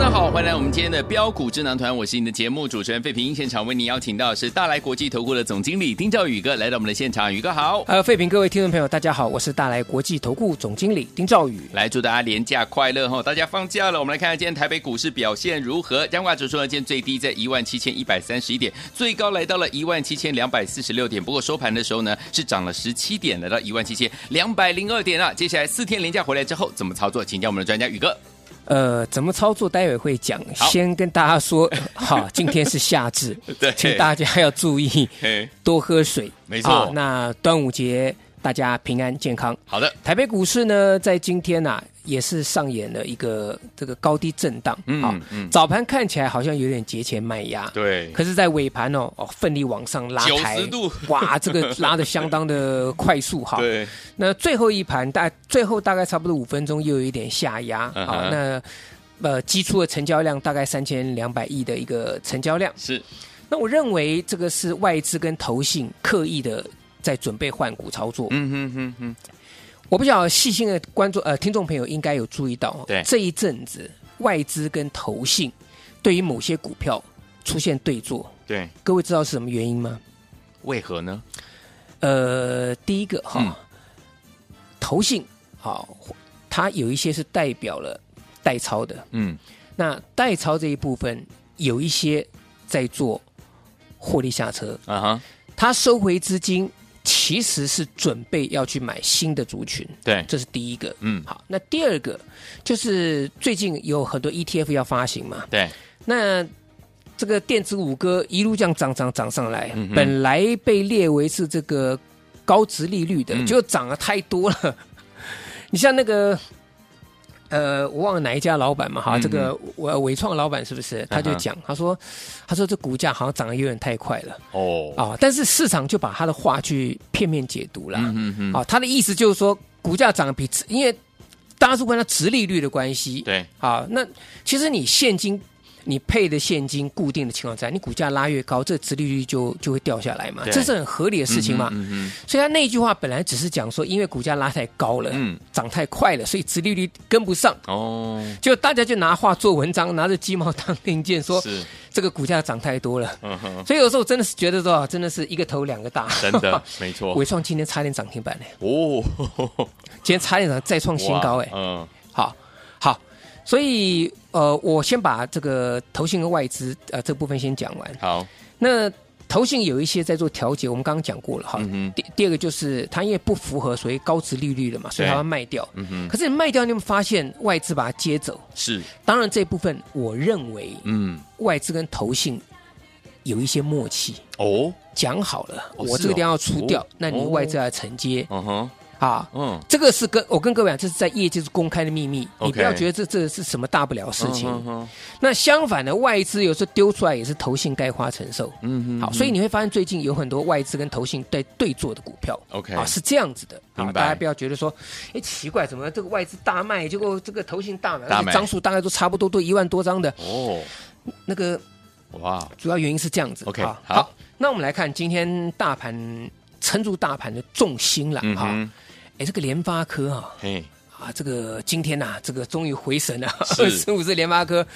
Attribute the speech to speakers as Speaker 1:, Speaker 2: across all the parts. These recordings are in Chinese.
Speaker 1: 大家好，欢迎来我们今天的标股智囊团，我是你的节目主持人费平。现场为你邀请到的是大来国际投顾的总经理丁兆宇哥来到我们的现场，宇哥好。
Speaker 2: 呃，费平各位听众朋友，大家好，我是大来国际投顾总经理丁兆宇。
Speaker 1: 来祝大家连假快乐哈！大家放假了，我们来看看今天台北股市表现如何。加挂指数呢，今天最低在17,131点，最高来到了17,246点。不过收盘的时候呢，是涨了17点，来到17,202点啊。接下来四天连假回来之后怎么操作，请教我们的专家宇哥。
Speaker 2: 呃，怎么操作？待会会讲。
Speaker 1: 好
Speaker 2: 先跟大家说，好，今天是夏至
Speaker 1: 对，
Speaker 2: 请大家要注意
Speaker 1: 嘿
Speaker 2: 多喝水。
Speaker 1: 没错
Speaker 2: 啊那端午节大家平安健康。
Speaker 1: 好的，
Speaker 2: 台北股市呢，在今天呐、也是上演了一个这个高低震荡。
Speaker 1: 嗯
Speaker 2: 啊
Speaker 1: 嗯
Speaker 2: 早盘看起来好像有点节前卖压，
Speaker 1: 对
Speaker 2: 可是，在尾盘哦，哦，奋力往上拉抬，
Speaker 1: 90度
Speaker 2: 哇，这个拉的相当的 快速哈。。
Speaker 1: 对，
Speaker 2: 那最后一盘大最后大概差不多五分钟又有一点下压，
Speaker 1: 嗯哼
Speaker 2: 好，那呃基出的成交量大概三千两百亿的一个成交量，
Speaker 1: 是
Speaker 2: 那我认为这个是外资跟投信刻意的在准备换股操作。
Speaker 1: 嗯哼哼哼，
Speaker 2: 我不晓得细心的观众呃听众朋友应该有注意到哦，
Speaker 1: 对
Speaker 2: 这一阵子外资跟投信对于某些股票出现对坐，
Speaker 1: 对，
Speaker 2: 各位知道是什么原因吗？
Speaker 1: 为何呢？
Speaker 2: 呃，第一个哈、
Speaker 1: 嗯
Speaker 2: 投信好，它有一些是代表了代抄的，
Speaker 1: 嗯，
Speaker 2: 那代抄这一部分有一些在做获利下车，
Speaker 1: 啊哈，
Speaker 2: 它收回资金其实是准备要去买新的族群，
Speaker 1: 对，
Speaker 2: 这是第一个。
Speaker 1: 嗯，
Speaker 2: 好，那第二个就是最近有很多 ETF 要发行嘛，
Speaker 1: 对，
Speaker 2: 那这个电子五哥一路这样涨涨涨上来，
Speaker 1: 嗯哼
Speaker 2: 本来被列为是这个高值利率的，
Speaker 1: 嗯
Speaker 2: 结果涨得太多了。 你像那个呃，我忘了哪一家老板嘛，哈，
Speaker 1: 嗯
Speaker 2: 这个我伟创老板是不是？他就讲，他说，他说这股价好像涨得有点太快了
Speaker 1: 哦，
Speaker 2: 啊、但是市场就把他的话去片面解读了。
Speaker 1: 嗯嗯嗯，
Speaker 2: 啊，他的意思就是说，股价涨得比值，因为大家是问他值利率的关系，
Speaker 1: 对，
Speaker 2: 啊，那其实你现金，你配的现金固定的情况下，你股价拉越高，这殖利率就就会掉下来嘛，
Speaker 1: 对
Speaker 2: 这是很合理的事情嘛。
Speaker 1: 嗯
Speaker 2: 所以他那句话本来只是讲说，因为股价拉太高了，
Speaker 1: 嗯
Speaker 2: 涨太快了，所以殖利率跟不上。
Speaker 1: 哼，哦，
Speaker 2: 就大家就拿话做文章，拿着鸡毛当令箭，说
Speaker 1: 是，
Speaker 2: 这个股价涨太多了。
Speaker 1: 嗯哼，
Speaker 2: 所以有时候真的是觉得说，真的是一个头两个大。
Speaker 1: 真 的，没错，
Speaker 2: 伟创今天差点涨停板呢，
Speaker 1: 哦，
Speaker 2: 今天差点涨再创新高哎。
Speaker 1: 嗯，
Speaker 2: 好，好，所以呃，我先把这个投信跟外资呃这部分先讲完。
Speaker 1: 好，
Speaker 2: 那投信有一些在做调节，我们刚刚讲过了哈。
Speaker 1: 嗯
Speaker 2: 第第二个就是它因为不符合所谓高值利率了嘛，所以它
Speaker 1: 对
Speaker 2: 要卖掉。
Speaker 1: 哼，嗯哼，
Speaker 2: 可是你卖掉，你有没有发现外资把它接走？
Speaker 1: 是，
Speaker 2: 当然这部分我认为
Speaker 1: 嗯，
Speaker 2: 外资跟投信有一些默契，
Speaker 1: 哦，
Speaker 2: 讲好了，
Speaker 1: 哦
Speaker 2: 我
Speaker 1: 是
Speaker 2: 这个
Speaker 1: 哦
Speaker 2: 地方要出掉，
Speaker 1: 哦
Speaker 2: 那你
Speaker 1: 哦
Speaker 2: 外资来承接、
Speaker 1: 嗯哼，
Speaker 2: 啊。
Speaker 1: 嗯，
Speaker 2: 这个是跟我跟各位讲，这是在业界是公开的秘密你
Speaker 1: OK
Speaker 2: 不要觉得这这是什么大不了的事情。
Speaker 1: 嗯哼，
Speaker 2: 那相反的，外资有时候丢出来也是投信该花承受。
Speaker 1: 嗯哼，
Speaker 2: 好，所以你会发现最近有很多外资跟投信在对做的股票
Speaker 1: OK
Speaker 2: 啊是这样子的，好，
Speaker 1: 明白
Speaker 2: 大家不要觉得说，哎，奇怪，怎么这个外资大卖，结果这个投信大买，
Speaker 1: 大
Speaker 2: 而
Speaker 1: 买
Speaker 2: 且张数大概都差不多，都一万多张的，
Speaker 1: 哦，
Speaker 2: 那个
Speaker 1: 哇，
Speaker 2: 主要原因是这样子。
Speaker 1: OK，
Speaker 2: 啊
Speaker 1: 好
Speaker 2: 好，那我们来看今天大盘撑住大盘的重心了
Speaker 1: 嗯
Speaker 2: 哈，
Speaker 1: 哼，
Speaker 2: 哎，这个联发科啊，
Speaker 1: 嘿，
Speaker 2: 啊，这个今天呐、这个终于回神了， 二
Speaker 1: 是
Speaker 2: 十五是联发科，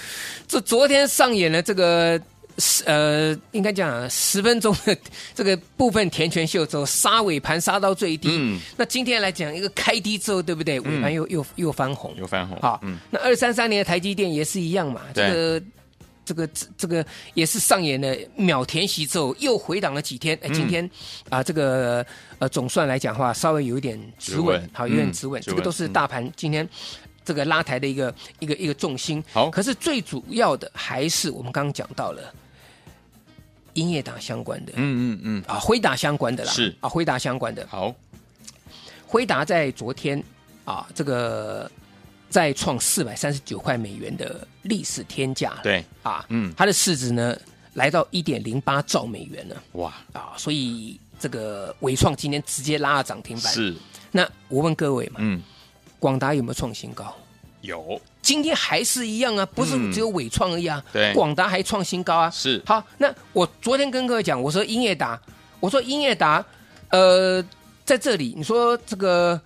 Speaker 2: 这昨天上演了这个呃，应该讲啊十分钟的这个部分填权秀之后，杀尾盘杀到最低。
Speaker 1: 嗯
Speaker 2: 那今天来讲一个开低之后，对不对？尾盘又、又又翻红。
Speaker 1: 又翻红，
Speaker 2: 好，
Speaker 1: 嗯，
Speaker 2: 那二三三年的台积电也是一样嘛，
Speaker 1: 对
Speaker 2: 这个。这个这这个也是上演了秒填息之后，又回档了几天。哎，
Speaker 1: 嗯
Speaker 2: 今天啊、这个呃总算来讲话，稍微有一点
Speaker 1: 止
Speaker 2: 止
Speaker 1: 稳
Speaker 2: 稳，好，有点
Speaker 1: 嗯
Speaker 2: 止稳。
Speaker 1: 止
Speaker 2: 这
Speaker 1: 稳
Speaker 2: 个都是大盘今天这个拉抬的一个一个一个重心。
Speaker 1: 好
Speaker 2: 可是最主要的还是我们刚刚讲到了音乐打相关的，
Speaker 1: 嗯嗯嗯，
Speaker 2: 啊，辉达相关的啦，
Speaker 1: 是
Speaker 2: 啊，辉达相关的，
Speaker 1: 好，
Speaker 2: 辉达在昨天啊，这个再创四百三十九块美元的历史天价了，
Speaker 1: 对，
Speaker 2: 啊，
Speaker 1: 嗯
Speaker 2: 嗯，它的市值呢来到一点零八兆美元了
Speaker 1: 哇，
Speaker 2: 啊，所以这个伟创今天直接拉了涨停板。，
Speaker 1: 是，
Speaker 2: 那我问各位嘛，
Speaker 1: 嗯，
Speaker 2: 广达有没有创新高？
Speaker 1: 有，
Speaker 2: 今天还是一样啊，不是
Speaker 1: 嗯
Speaker 2: 只有伟创而已啊，
Speaker 1: 对
Speaker 2: 广达还创新高啊。
Speaker 1: 是，
Speaker 2: 好，那我昨天跟各位讲，我说英业达，我说英业达，呃，在这里你说这个，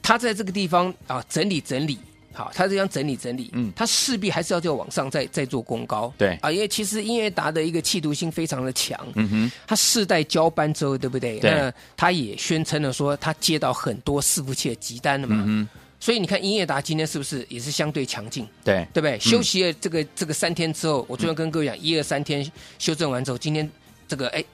Speaker 2: 他在这个地方啊整理整理，好，他这样整理整理，
Speaker 1: 嗯
Speaker 2: 嗯，他势必还是要再往上再再做攻高，
Speaker 1: 对
Speaker 2: 啊，因为其实英业达的一个企图心非常的强，
Speaker 1: 嗯哼，
Speaker 2: 他世代交班之后，对不对？
Speaker 1: 对
Speaker 2: 那他也宣称了说，他接到很多伺服器的急单了嘛。
Speaker 1: 嗯
Speaker 2: 所以你看，英业达今天是不是也是相对强劲，
Speaker 1: 哼，对，
Speaker 2: 对不对？休息了这个这个三天之后，我昨天跟各位讲，一二三天修正完之后，今天这个哎，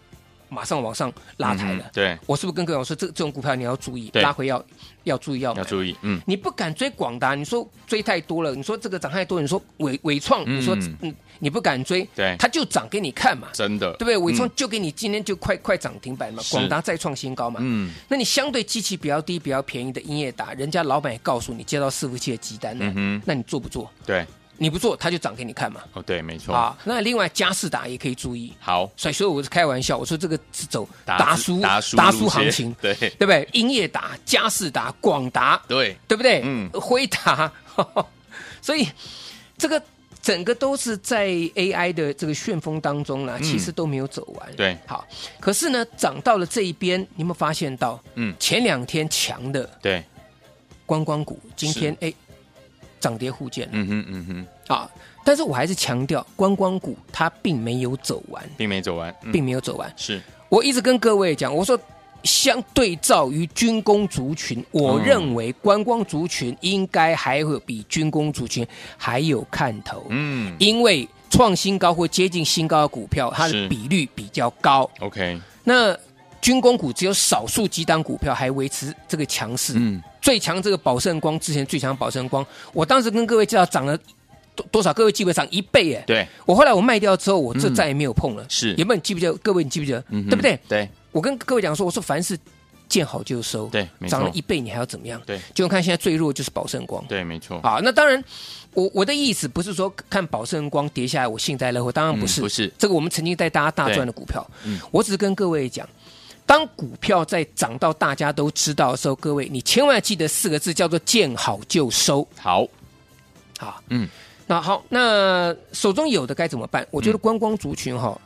Speaker 2: 马上往上拉抬了
Speaker 1: 嗯。对，
Speaker 2: 我是不是跟各位讲说，这这种股票你要注意，
Speaker 1: 对
Speaker 2: 拉回要要注意要
Speaker 1: 要
Speaker 2: 买。
Speaker 1: 注意，嗯，
Speaker 2: 你不敢追广达，你说追太多了，你说这个涨太多，你说伟伟创，
Speaker 1: 嗯
Speaker 2: 你说嗯你不敢追，
Speaker 1: 对
Speaker 2: 它就涨给你看嘛。
Speaker 1: 真的，
Speaker 2: 对不对？伟创
Speaker 1: 嗯，
Speaker 2: 就给你今天就快快涨停板嘛，
Speaker 1: 是
Speaker 2: 广达再创新高嘛。
Speaker 1: 嗯，
Speaker 2: 那你相对机器比较低、比较便宜的英业达，人家老板也告诉你接到伺服器的急单了，
Speaker 1: 嗯
Speaker 2: 那你做不做？
Speaker 1: 对，
Speaker 2: 你不做，他就涨给你看嘛。
Speaker 1: 哦，对，没错，
Speaker 2: 啊，那另外嘉士达也可以注意。
Speaker 1: 好，
Speaker 2: 所以，所以我是开玩笑，我说这个是走
Speaker 1: 达
Speaker 2: 达
Speaker 1: 斯
Speaker 2: 叔
Speaker 1: 达叔
Speaker 2: 达
Speaker 1: 路
Speaker 2: 叔行
Speaker 1: 线
Speaker 2: 情，
Speaker 1: 对
Speaker 2: 对不对？英业达、嘉士达、广达，
Speaker 1: 对，
Speaker 2: 对不对？
Speaker 1: 嗯
Speaker 2: 辉达， 所以这个整个都是在 AI 的这个旋风当中啦，其实都没有走完。
Speaker 1: 嗯对
Speaker 2: 好，可是呢，涨到了这一边，你有没有发现到？
Speaker 1: 嗯
Speaker 2: 前两天强的
Speaker 1: 对，
Speaker 2: 观光股，今天哎涨跌互见了、
Speaker 1: 嗯哼，嗯哼，
Speaker 2: 啊！但是我还是强调，观光股它并没有走完，
Speaker 1: 并没走完，嗯
Speaker 2: 并没有走完。
Speaker 1: 是，
Speaker 2: 我一直跟各位讲，我说相对照于军工族群，我认为观光族群应该还会比军工族群还有看头，
Speaker 1: 嗯
Speaker 2: 因为创新高或接近新高的股票，它
Speaker 1: 是
Speaker 2: 的比率比较高。
Speaker 1: ，OK，
Speaker 2: 那军工股只有少数几档股票还维持这个强势，
Speaker 1: 嗯，
Speaker 2: 最强这个宝盛光之前最强宝盛光，我当时跟各位介绍涨了多多少，各位记不记得涨一倍哎。
Speaker 1: 对，
Speaker 2: 我后来我卖掉之后，我这
Speaker 1: 嗯
Speaker 2: 再也没有碰了。
Speaker 1: 是
Speaker 2: 有没有你记不记得？各位你记不记得？
Speaker 1: 嗯哼
Speaker 2: 对不对？
Speaker 1: 对，
Speaker 2: 我跟各位讲说，我说凡是见好就收，
Speaker 1: 对没错
Speaker 2: 涨了一倍你还要怎么样？
Speaker 1: 对哦
Speaker 2: 就看现在最弱就是宝盛光。
Speaker 1: 对，没错，
Speaker 2: 啊，那当然，我我的意思不是说看宝盛光跌下来我幸灾乐祸，当然不是，
Speaker 1: 嗯不是
Speaker 2: 这个我们曾经带大家大赚的股票，
Speaker 1: 嗯
Speaker 2: 我只是跟各位讲。当股票在涨到大家都知道的时候，各位，你千万记得四个字叫做“见好就收
Speaker 1: 好，”
Speaker 2: 啊。
Speaker 1: 嗯，
Speaker 2: 那好，那手中有的该怎么办？我
Speaker 1: 嗯
Speaker 2: 觉得观光族群哈、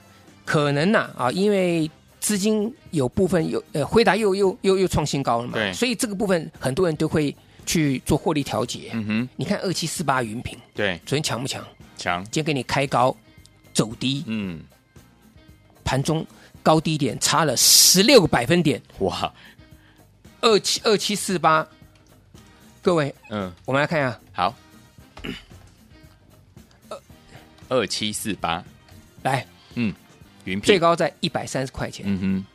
Speaker 2: 可能呐啊因为资金有部分又呃，辉达又又又又创新高了嘛
Speaker 1: 对，
Speaker 2: 所以这个部分很多人都会去做获利调节。
Speaker 1: 嗯哼，
Speaker 2: 你看二七四八云品，
Speaker 1: 对，
Speaker 2: 昨天强不强？
Speaker 1: 强，
Speaker 2: 今天给你开高走低，
Speaker 1: 嗯，
Speaker 2: 盘中高低点差了十六个百分点，
Speaker 1: 哇，
Speaker 2: 二七二七四八。各位，
Speaker 1: 嗯，
Speaker 2: 我们来看一下，
Speaker 1: 好， 二七四八，
Speaker 2: 来
Speaker 1: 云
Speaker 2: 最
Speaker 1: 品，
Speaker 2: 高在一百三十块钱，
Speaker 1: 嗯哼，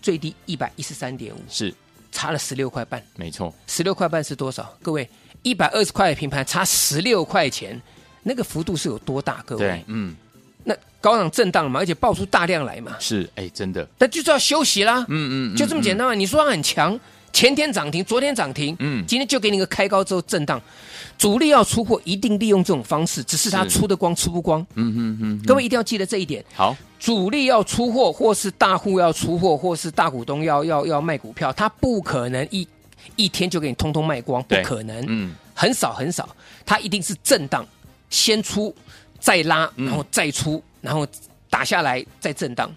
Speaker 2: 最低一百一十三点五，
Speaker 1: 是，
Speaker 2: 差了十六块半。
Speaker 1: 没错，
Speaker 2: 十六块半是多少？各位，一百二十块的平盘差十六块钱，那个幅度是有多大？各
Speaker 1: 对
Speaker 2: 位，，
Speaker 1: 嗯，
Speaker 2: 那高档震荡了嘛，而且爆出大量来嘛，
Speaker 1: 是，哎，真的，
Speaker 2: 那就是要休息啦。
Speaker 1: 嗯嗯，
Speaker 2: 就这么简
Speaker 1: 单，
Speaker 2: 单嘛。你说它很强，前天涨停，昨天涨停，
Speaker 1: 嗯
Speaker 2: 嗯，今天就给你个开高之后震荡，主力要出货一定利用这种方式，只是它
Speaker 1: 是
Speaker 2: 出的光出不光，
Speaker 1: 嗯哼哼，
Speaker 2: 各位一定要记得这一点。
Speaker 1: 好，
Speaker 2: 主力要出货，或是大户要出货，或是大股东要要要卖股票，他不可能一一天就给你通通卖光，不
Speaker 1: 对
Speaker 2: 可能，
Speaker 1: 嗯，
Speaker 2: 很少很少，它一定是震荡，先出再拉，
Speaker 1: 嗯
Speaker 2: 然后再出，然后打下来再震荡，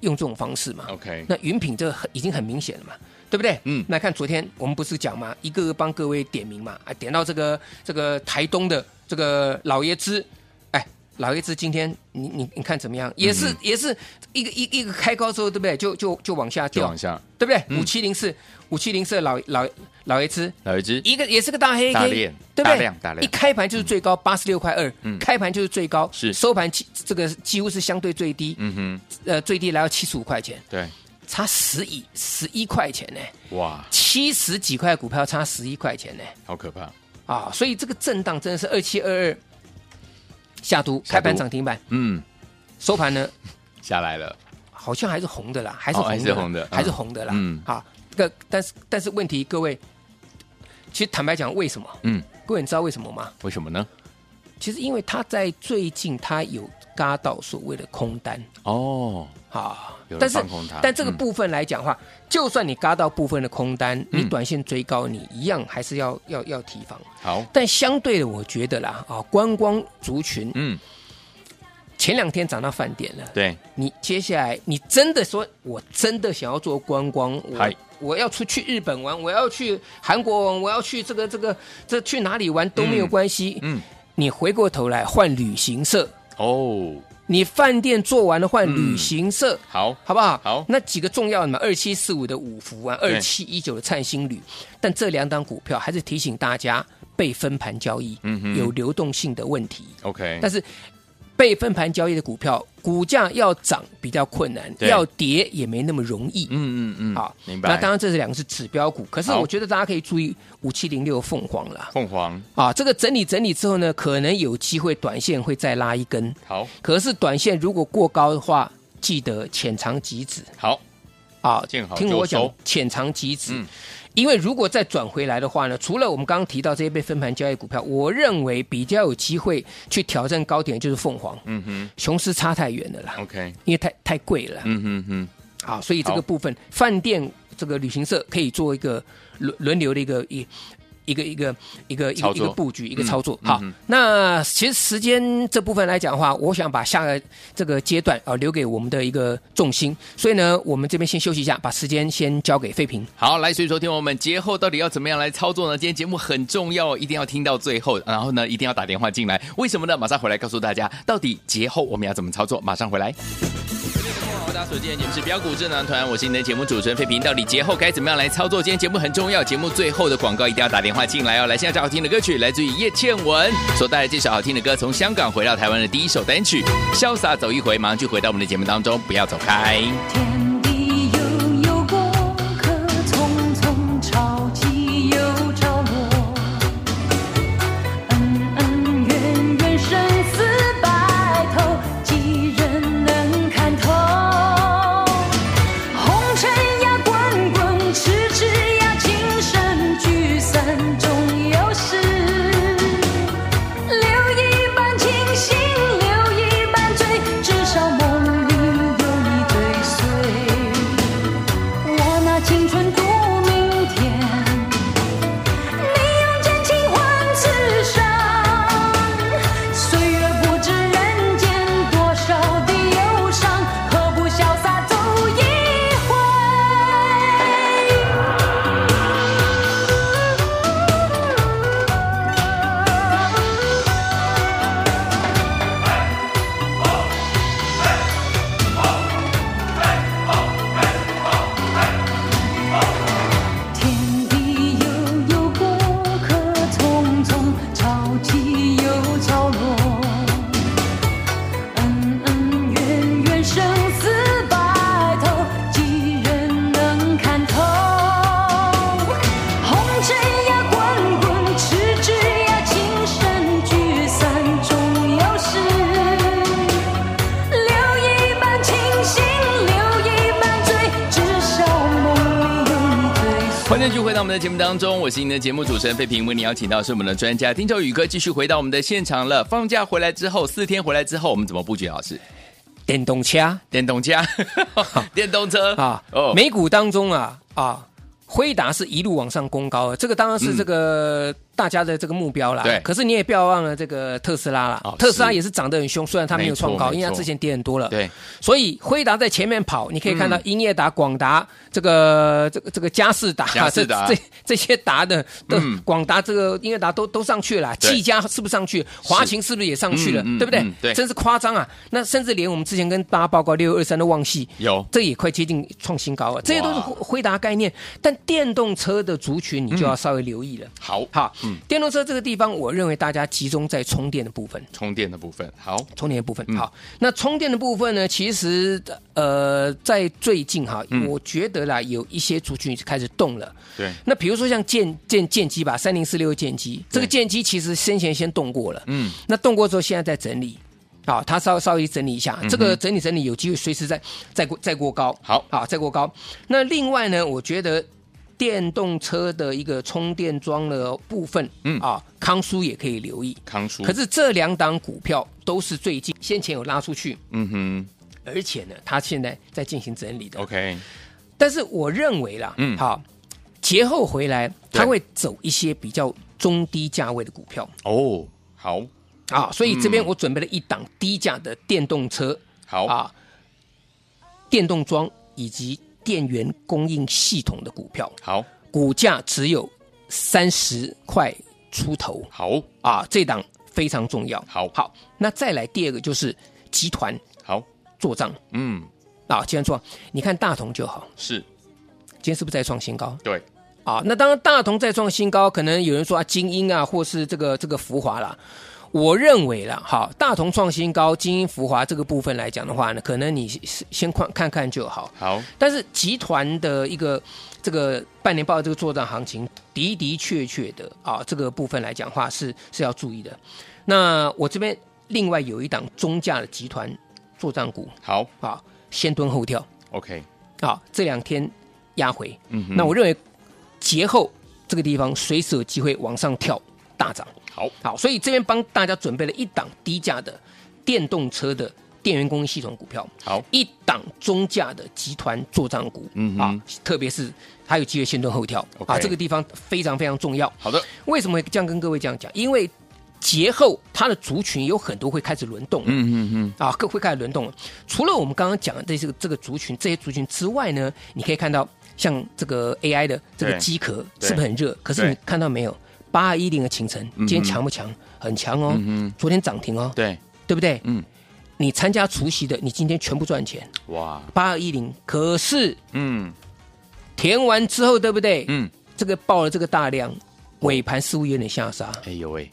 Speaker 2: 用这种方式嘛。
Speaker 1: OK，
Speaker 2: 那云品这个很已经很明显了嘛，对不对？
Speaker 1: 嗯
Speaker 2: 那看昨天我们不是讲嘛，一个个帮各位点名嘛，啊，点到这个这个台东的这个老爷子，哎，老爷子今天你你你看怎么样？也
Speaker 1: 嗯
Speaker 2: 是、也是一个一一个开高之后，对不对？就就就往下
Speaker 1: 就
Speaker 2: 掉
Speaker 1: 往，下，
Speaker 2: 对不对？
Speaker 1: 嗯
Speaker 2: 五七零四五七零四老老老爷子，
Speaker 1: 来一只，
Speaker 2: 一个也是个大黑 K，
Speaker 1: 大量
Speaker 2: 对不对？
Speaker 1: 大量大量
Speaker 2: 一开盘就是最高八十六块二、
Speaker 1: 嗯
Speaker 2: 开盘就是最高，
Speaker 1: 是
Speaker 2: 收盘几这个几乎是相对最低，
Speaker 1: 嗯
Speaker 2: 呃，最低来到七十五块钱。
Speaker 1: 哼，对，
Speaker 2: 差十一十一块钱呢、
Speaker 1: 哇，
Speaker 2: 七十几块股票差十一块钱呢、
Speaker 1: 好可怕，
Speaker 2: 啊，所以这个震荡真的是二七二二下毒
Speaker 1: 下毒
Speaker 2: 开盘涨停板，
Speaker 1: 嗯，
Speaker 2: 收盘呢
Speaker 1: 下来了，
Speaker 2: 好像还是红的啦，还是
Speaker 1: 哦还
Speaker 2: 红的啦，
Speaker 1: 是红的嗯
Speaker 2: 还是红的啦。
Speaker 1: 嗯
Speaker 2: 好，这个但是但是问题，各位，其实坦白讲，为什么？
Speaker 1: 嗯，
Speaker 2: 各位你知道为什么吗？
Speaker 1: 为什么呢？
Speaker 2: 其实因为它在最近它有嘎到所谓的空单
Speaker 1: 哦，
Speaker 2: 啊
Speaker 1: 有人，
Speaker 2: 但是
Speaker 1: 放空它
Speaker 2: 但这个
Speaker 1: 嗯
Speaker 2: 部分来讲的话，就算你嘎到部分的空单，你
Speaker 1: 嗯
Speaker 2: 短线追高，你一样还是要要要提防。
Speaker 1: 好，
Speaker 2: 但相对的，我觉得啦啊，观光族群
Speaker 1: 嗯，
Speaker 2: 前两天涨到饭点了。
Speaker 1: 对，
Speaker 2: 你接下来你真的说，我真的想要做观光，我
Speaker 1: 嗨
Speaker 2: 我要出去日本玩，我要去韩国玩，我要去这个这个这去哪里玩都没有关系。
Speaker 1: 嗯，
Speaker 2: 你回过头来换旅行社，
Speaker 1: 哦，
Speaker 2: 你饭店做完了换
Speaker 1: 嗯
Speaker 2: 旅行社。
Speaker 1: 好，
Speaker 2: 好不好？
Speaker 1: 好
Speaker 2: 那几个重要的嘛，二七四五的五福啊，二七一九的灿星旅，但这两档股票还是提醒大家被分盘交易，
Speaker 1: 嗯哼
Speaker 2: 有流动性的问题。
Speaker 1: ，OK，
Speaker 2: 但是被分盘交易的股票，股价要涨比较困难，
Speaker 1: 对
Speaker 2: 要跌也没那么容易。
Speaker 1: 嗯嗯嗯，
Speaker 2: 好，
Speaker 1: 明白。
Speaker 2: 那当然，这是两个是指标股，可是
Speaker 1: 好
Speaker 2: 我觉得大家可以注意五七零六凤凰啦。
Speaker 1: 凤凰，
Speaker 2: 啊，这个整理整理之后呢，可能有机会短线会再拉一根，
Speaker 1: 好，
Speaker 2: 可是短线如果过高的话，记得浅尝即止
Speaker 1: 好，
Speaker 2: 啊
Speaker 1: 见好，就
Speaker 2: 听我讲
Speaker 1: 收，
Speaker 2: 浅尝即止。
Speaker 1: 嗯
Speaker 2: 因为如果再转回来的话呢，除了我们刚刚提到这些被分盘交易股票，我认为比较有机会去挑战高点的就是凤凰，
Speaker 1: 嗯哼
Speaker 2: 雄狮差太远了啦。
Speaker 1: ，OK，
Speaker 2: 因为太太贵了，
Speaker 1: 嗯哼哼，
Speaker 2: 好，所以这
Speaker 1: 好
Speaker 2: 个部分饭店这个旅行社可以做一个轮轮流的一个一一个一个一个一个
Speaker 1: 操
Speaker 2: 一
Speaker 1: 作
Speaker 2: 个布局，一个
Speaker 1: 嗯
Speaker 2: 操作。
Speaker 1: 嗯
Speaker 2: 好
Speaker 1: 哼，
Speaker 2: 那其实时间这部分来讲的话，我想把下个这个阶段啊、留给我们的一个重心，所以呢，我们这边先休息一下，把时间先交给费平。
Speaker 1: 好，来，所以说，听我们节后到底要怎么样来操作呢？今天节目很重要，一定要听到最后，然后呢，一定要打电话进来。为什么呢？马上回来告诉大家，到底节后我们要怎么操作。马上回来。好，大家所见的节目是标股智囊团，我是你的节目主持人费平。到底节后该怎么样来操作？今天节目很重要，节目最后的广告一定要打电话进来哦。来，现在最好听的歌曲来自于叶倩文所带来这首好听的歌，从香港回到台湾的第一首单曲《潇洒走一回》，马上就回到我们的节目当中，不要走开。
Speaker 3: 天地悠悠，功课匆匆，潮起又潮落。恩恩怨怨，生死白头，几人能看透？红尘呀，滚滚；痴痴呀，情深。聚散终有时。留一半清醒，留一半醉，至少梦里有你追随。我拿青春赌明天，你用真情换此生。岁月不知人间多少的忧伤，何不潇洒走一回？天地悠悠，过客匆匆，潮起又潮落。恩恩怨怨，生死白头，几人能看透？红尘呀，滚滚；痴痴呀，情深。聚散终有时。留一半清醒，留一半醉，至少梦里有你追随。
Speaker 1: 欢迎继续回到我们的节目当中，我是您的节目主持人费平，为您邀请到是我们的专家丁兆宇哥，继续回到我们的现场了。放假回来之后，四天回来之后，我们怎么布局？老师，
Speaker 2: 电动车
Speaker 1: 电动家、电动车
Speaker 2: 啊，
Speaker 1: 哦
Speaker 2: 美股当中啊啊，辉达是一路往上攻高的，啊这个当然是这个、大家的这个目标啦。
Speaker 1: 嗯对
Speaker 2: 可是你也不要忘了这个特斯拉啦，
Speaker 1: 哦
Speaker 2: 特斯拉
Speaker 1: 是
Speaker 2: 也是涨得很凶，虽然它没有创
Speaker 1: 没
Speaker 2: 高，
Speaker 1: 错
Speaker 2: 因为它之前跌很多了。
Speaker 1: 对，
Speaker 2: 所以辉达在前面跑，你可以看
Speaker 1: 嗯
Speaker 2: 到英业达、广达、这个这个这个嘉士达、
Speaker 1: 嘉士达
Speaker 2: 这这这些达的的
Speaker 1: 嗯
Speaker 2: 广达、这个英业达都都上去了啦，
Speaker 1: 对
Speaker 2: 技嘉是不是上去？华勤是不是也上去了？
Speaker 1: 嗯嗯
Speaker 2: 对不对？
Speaker 1: 嗯对
Speaker 2: 真是夸张啊！那甚至连我们之前跟大家报告六二三的旺系，
Speaker 1: 有
Speaker 2: 这也快接近创新高了，啊这些都是
Speaker 1: 哇
Speaker 2: 辉辉达概念。但电动车的族群，
Speaker 1: 嗯
Speaker 2: 你就要稍微留意了。
Speaker 1: 好
Speaker 2: 好，电动车这个地方，我认为大家集中在充电的部分，
Speaker 1: 充电的部分，好，
Speaker 2: 充电的部分。
Speaker 1: 嗯
Speaker 2: 好，那充电的部分呢，其实呃，在最近哈，
Speaker 1: 嗯
Speaker 2: 我觉得啦，有一些族群开始动了。
Speaker 1: 对，
Speaker 2: 那比如说像剑剑剑机吧，三零四六剑机，这个
Speaker 1: 对
Speaker 2: 剑机其实先前先动过了，
Speaker 1: 嗯，
Speaker 2: 那动过之后，现在在整理。啊，它稍稍微整理一下，这个整理整理有机会随时再再过再过高，
Speaker 1: 嗯好
Speaker 2: 啊，再过高。那另外呢，我觉得电动车的一个充电桩的部分，
Speaker 1: 嗯
Speaker 2: 啊，康叔也可以留意。
Speaker 1: 康叔，
Speaker 2: 可是这两档股票都是最近先前有拉出去，
Speaker 1: 嗯哼
Speaker 2: 而且呢，它现在在进行整理的。
Speaker 1: ，OK，
Speaker 2: 但是我认为啦，
Speaker 1: 哦嗯
Speaker 2: 好，节后回来
Speaker 1: 对
Speaker 2: 它会走一些比较中低价位的股票
Speaker 1: 哦，好，
Speaker 2: 啊，所以这边
Speaker 1: 嗯
Speaker 2: 我准备了一档低价的电动车，
Speaker 1: 好，
Speaker 2: 啊，电动桩以及电源供应系统的股票，
Speaker 1: 好，
Speaker 2: 股价只有三十块出头
Speaker 1: 好，
Speaker 2: 啊，这档非常重要。
Speaker 1: 好
Speaker 2: 好，那再来第二个就是集团
Speaker 1: 好，
Speaker 2: 做账
Speaker 1: 嗯，
Speaker 2: 啊，集团做账，你看大同就好，
Speaker 1: 是
Speaker 2: 今天是不是再创新高？
Speaker 1: 对，
Speaker 2: 啊，那当然，大同再创新高，可能有人说啊，精英啊，或是这个这个福华啦。我认为啦，好，大同创新高，精英福华这个部分来讲的话呢，可能你先先看看看就好。
Speaker 1: 好，
Speaker 2: 但是集团的一个这个半年报的这个作战行情，的的确确的啊，这个部分来讲的话是是要注意的。那我这边另外有一档中价的集团作战股
Speaker 1: 好
Speaker 2: 啊，先蹲后跳
Speaker 1: ，OK，
Speaker 2: 啊，这两天压回，
Speaker 1: 嗯哼
Speaker 2: 那我认为节后这个地方随时有机会往上跳大涨。
Speaker 1: 好，
Speaker 2: 好，所以这边帮大家准备了一档低价的电动车的电源供应系统股票，
Speaker 1: 好，
Speaker 2: 一档中价的集团作战股，
Speaker 1: 嗯哼
Speaker 2: 啊，特别是它有机会先蹲后跳
Speaker 1: OK
Speaker 2: 啊，这个地方非常非常重要。
Speaker 1: 好的，
Speaker 2: 为什么会这样跟各位这样讲？因为节后它的族群有很多会开始轮动，
Speaker 1: 嗯嗯嗯，
Speaker 2: 啊，各会开始轮动了。除了我们刚刚讲的这个这个族群这些族群之外呢，你可以看到像这个 AI 的这个
Speaker 1: 对
Speaker 2: 机壳
Speaker 1: 对
Speaker 2: 是不是很热？可是
Speaker 1: 对嗯
Speaker 2: 你看到没有？八二一零的秦晨今天强不强？很强哦，昨天涨停哦，
Speaker 1: 对，
Speaker 2: 对不对？
Speaker 1: 嗯，
Speaker 2: 你参加除夕的，你今天全部赚钱，
Speaker 1: 哇，
Speaker 2: 八二一零。可是
Speaker 1: 嗯
Speaker 2: 填完之后，对不对？
Speaker 1: 嗯，
Speaker 2: 这个爆了这个大量，尾盘似乎有点下杀。
Speaker 1: 哎呦喂，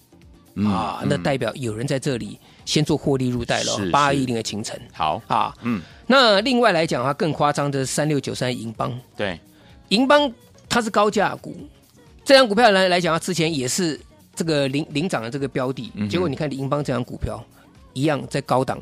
Speaker 1: 嗯
Speaker 2: 啊，那代表有人在这里先做获利入袋了
Speaker 1: 是，
Speaker 2: 八一零的秦晨
Speaker 1: 好，
Speaker 2: 啊，
Speaker 1: 嗯，
Speaker 2: 那另外来讲啊，更夸张的是三六九三银邦，
Speaker 1: 对，
Speaker 2: 银邦它是高价股，这张股票来来讲啊，之前也是这个领领涨的这个标的，
Speaker 1: 嗯哼
Speaker 2: 结果你看银邦这张股票一样在高档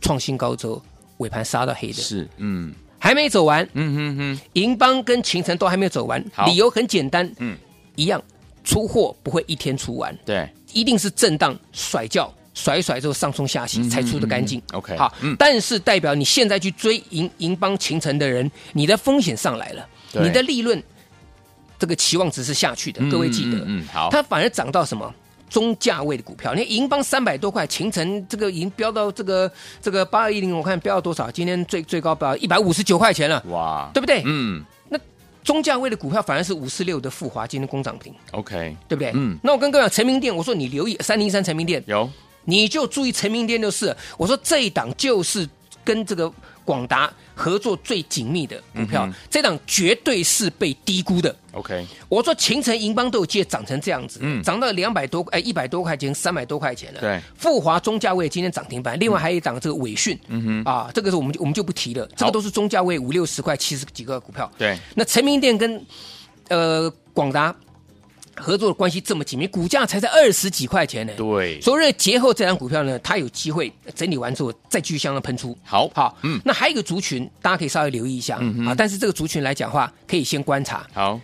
Speaker 2: 创新高之后，尾盘杀到黑的，
Speaker 1: 是，嗯
Speaker 2: 还没走完，
Speaker 1: 嗯嗯
Speaker 2: 银邦跟秦城都还没有走完
Speaker 1: 好，
Speaker 2: 理由很简单，
Speaker 1: 嗯，
Speaker 2: 一样出货不会一天出完，
Speaker 1: 对，
Speaker 2: 一定是震荡甩轿。甩一甩之后上冲下洗才出的干
Speaker 1: 嗯
Speaker 2: 净
Speaker 1: 嗯嗯嗯，OK，
Speaker 2: 好
Speaker 1: 嗯，
Speaker 2: 但是代表你现在去追银银邦秦城的人，你的风险上来了，
Speaker 1: 对
Speaker 2: 你的利润这个期望值是下去的，各位记得，
Speaker 1: 嗯，好，
Speaker 2: 它反而涨到什么中价位的股票？你看银邦三百多块，秦城这个已经飙到这个这个八二一零，我看飙到多少？今天最最高飙一百五十九块钱了，
Speaker 1: 哇，
Speaker 2: 对不对？
Speaker 1: 嗯
Speaker 2: 中价位的股票反而是五四六的富华，今天工涨停，
Speaker 1: ，OK，
Speaker 2: 对不对？
Speaker 1: 嗯
Speaker 2: 那我跟各位讲，成名店，我说你留意三零三成名店，
Speaker 1: 有，
Speaker 2: 你就注意成名店就是了。我说这一档就是跟这个广达合作最紧密的股票，
Speaker 1: 嗯哼
Speaker 2: 这档绝对是被低估的。
Speaker 1: OK，
Speaker 2: 我说秦城、银邦都有机会涨成这样子，
Speaker 1: 嗯
Speaker 2: 涨到两百多，哎，一百多块钱，三百多块钱了。
Speaker 1: 对，嗯
Speaker 2: 富华中价位今天涨停板，另外还有一档这个伟讯，嗯哼，啊，这个是我们就我们就不提了，这个都是中价位五六十块、七十几个股票。
Speaker 1: 对，
Speaker 2: 那成名店跟呃广达合作的关系这么紧密，股价才在二十几块钱呢。
Speaker 1: 对，
Speaker 2: 所以节后这张股票呢，它有机会整理完之后再继续向上喷出。
Speaker 1: 好
Speaker 2: 好，
Speaker 1: 嗯
Speaker 2: 嗯，那还有一个族群，大家可以稍微留意一下、啊。但是这个族群来讲的话，可以先观察
Speaker 1: 好，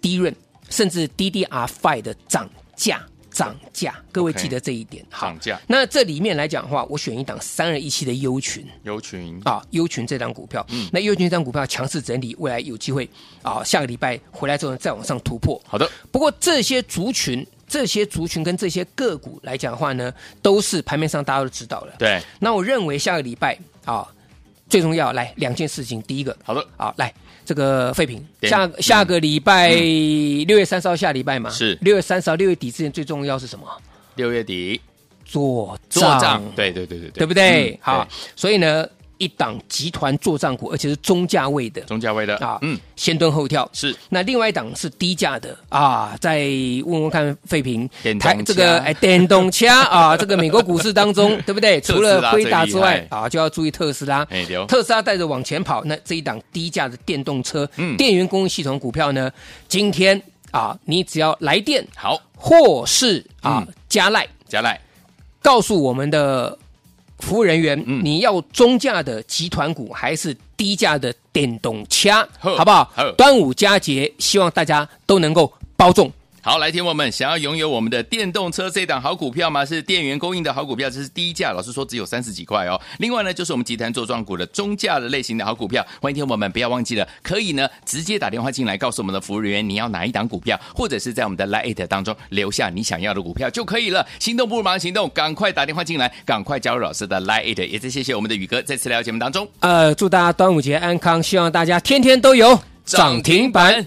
Speaker 2: 低润，甚至 DDR Five 的涨价。涨价，各位记得这一点。好
Speaker 1: 涨价
Speaker 2: 那这里面来讲的话，我选一档三二一七的优群
Speaker 1: 有群，
Speaker 2: 啊，优群这档股票，
Speaker 1: 嗯
Speaker 2: 那优群这档股票强势整理，未来有机会啊，下个礼拜回来之后呢再往上突破。
Speaker 1: 好的，
Speaker 2: 不过这些族群、这些族群跟这些个股来讲的话呢，都是盘面上大家都知道了。
Speaker 1: 对，
Speaker 2: 那我认为下个礼拜啊，最重要来两件事情，第一个
Speaker 1: 好的，
Speaker 2: 啊，来这个废品，
Speaker 1: 对
Speaker 2: 下
Speaker 1: 嗯
Speaker 2: 下个礼拜六、月三十号，下礼拜嘛，
Speaker 1: 是
Speaker 2: 六月三十号、六月底之前最重要是什么？
Speaker 1: 六月底
Speaker 2: 做
Speaker 1: 做
Speaker 2: 账，
Speaker 1: 账，对对对对对，
Speaker 2: 对不对？
Speaker 1: 嗯
Speaker 2: 好，，所以呢，一档集团做账股，而且是中价位的
Speaker 1: 对中价位的
Speaker 2: 啊，
Speaker 1: 嗯，
Speaker 2: 先蹲后跳
Speaker 1: 是
Speaker 2: 那另外一档是低价的啊，再问问看废品
Speaker 1: 电动
Speaker 2: 这个
Speaker 1: 车
Speaker 2: 哎电动车啊， 这个美国股市 当中，对不对？
Speaker 1: 特
Speaker 2: 除
Speaker 1: 斯拉
Speaker 2: 了辉达之
Speaker 1: 最
Speaker 2: 外
Speaker 1: 厉
Speaker 2: 啊，就要注意特斯拉
Speaker 1: 哎对哦。
Speaker 2: 特斯拉带着往前跑，那这一档低价的电动车、
Speaker 1: 嗯
Speaker 2: 电源供应系统股票呢，今天啊，你只要来电
Speaker 1: 好，
Speaker 2: 或是啊
Speaker 1: 嗯
Speaker 2: 加赖，
Speaker 1: 加赖，
Speaker 2: 告诉我们的服务人员，
Speaker 1: 嗯
Speaker 2: 你要中价的集团股还是低价的电动车，
Speaker 1: 呵
Speaker 2: 好不好
Speaker 1: 呵？
Speaker 2: 端午佳节，希望大家都能够包中。
Speaker 1: 好，来，听我们想要拥有我们的电动车这档好股票吗？是电源供应的好股票，这是低价，老师说只有三十几块哦。另外呢，就是我们集团做庄股的中价的类型的好股票，欢迎听我们不要忘记了，可以呢直接打电话进来告诉我们的服务人员你要哪一档股票，或者是在我们的 Lite 当中留下你想要的股票就可以了。心动不如马上行动，赶快打电话进来，赶快加入老师的 Lite，也再谢谢我们的宇哥在次聊节目当中
Speaker 2: 呃，祝大家端午节安康，希望大家天天都有。
Speaker 1: 板。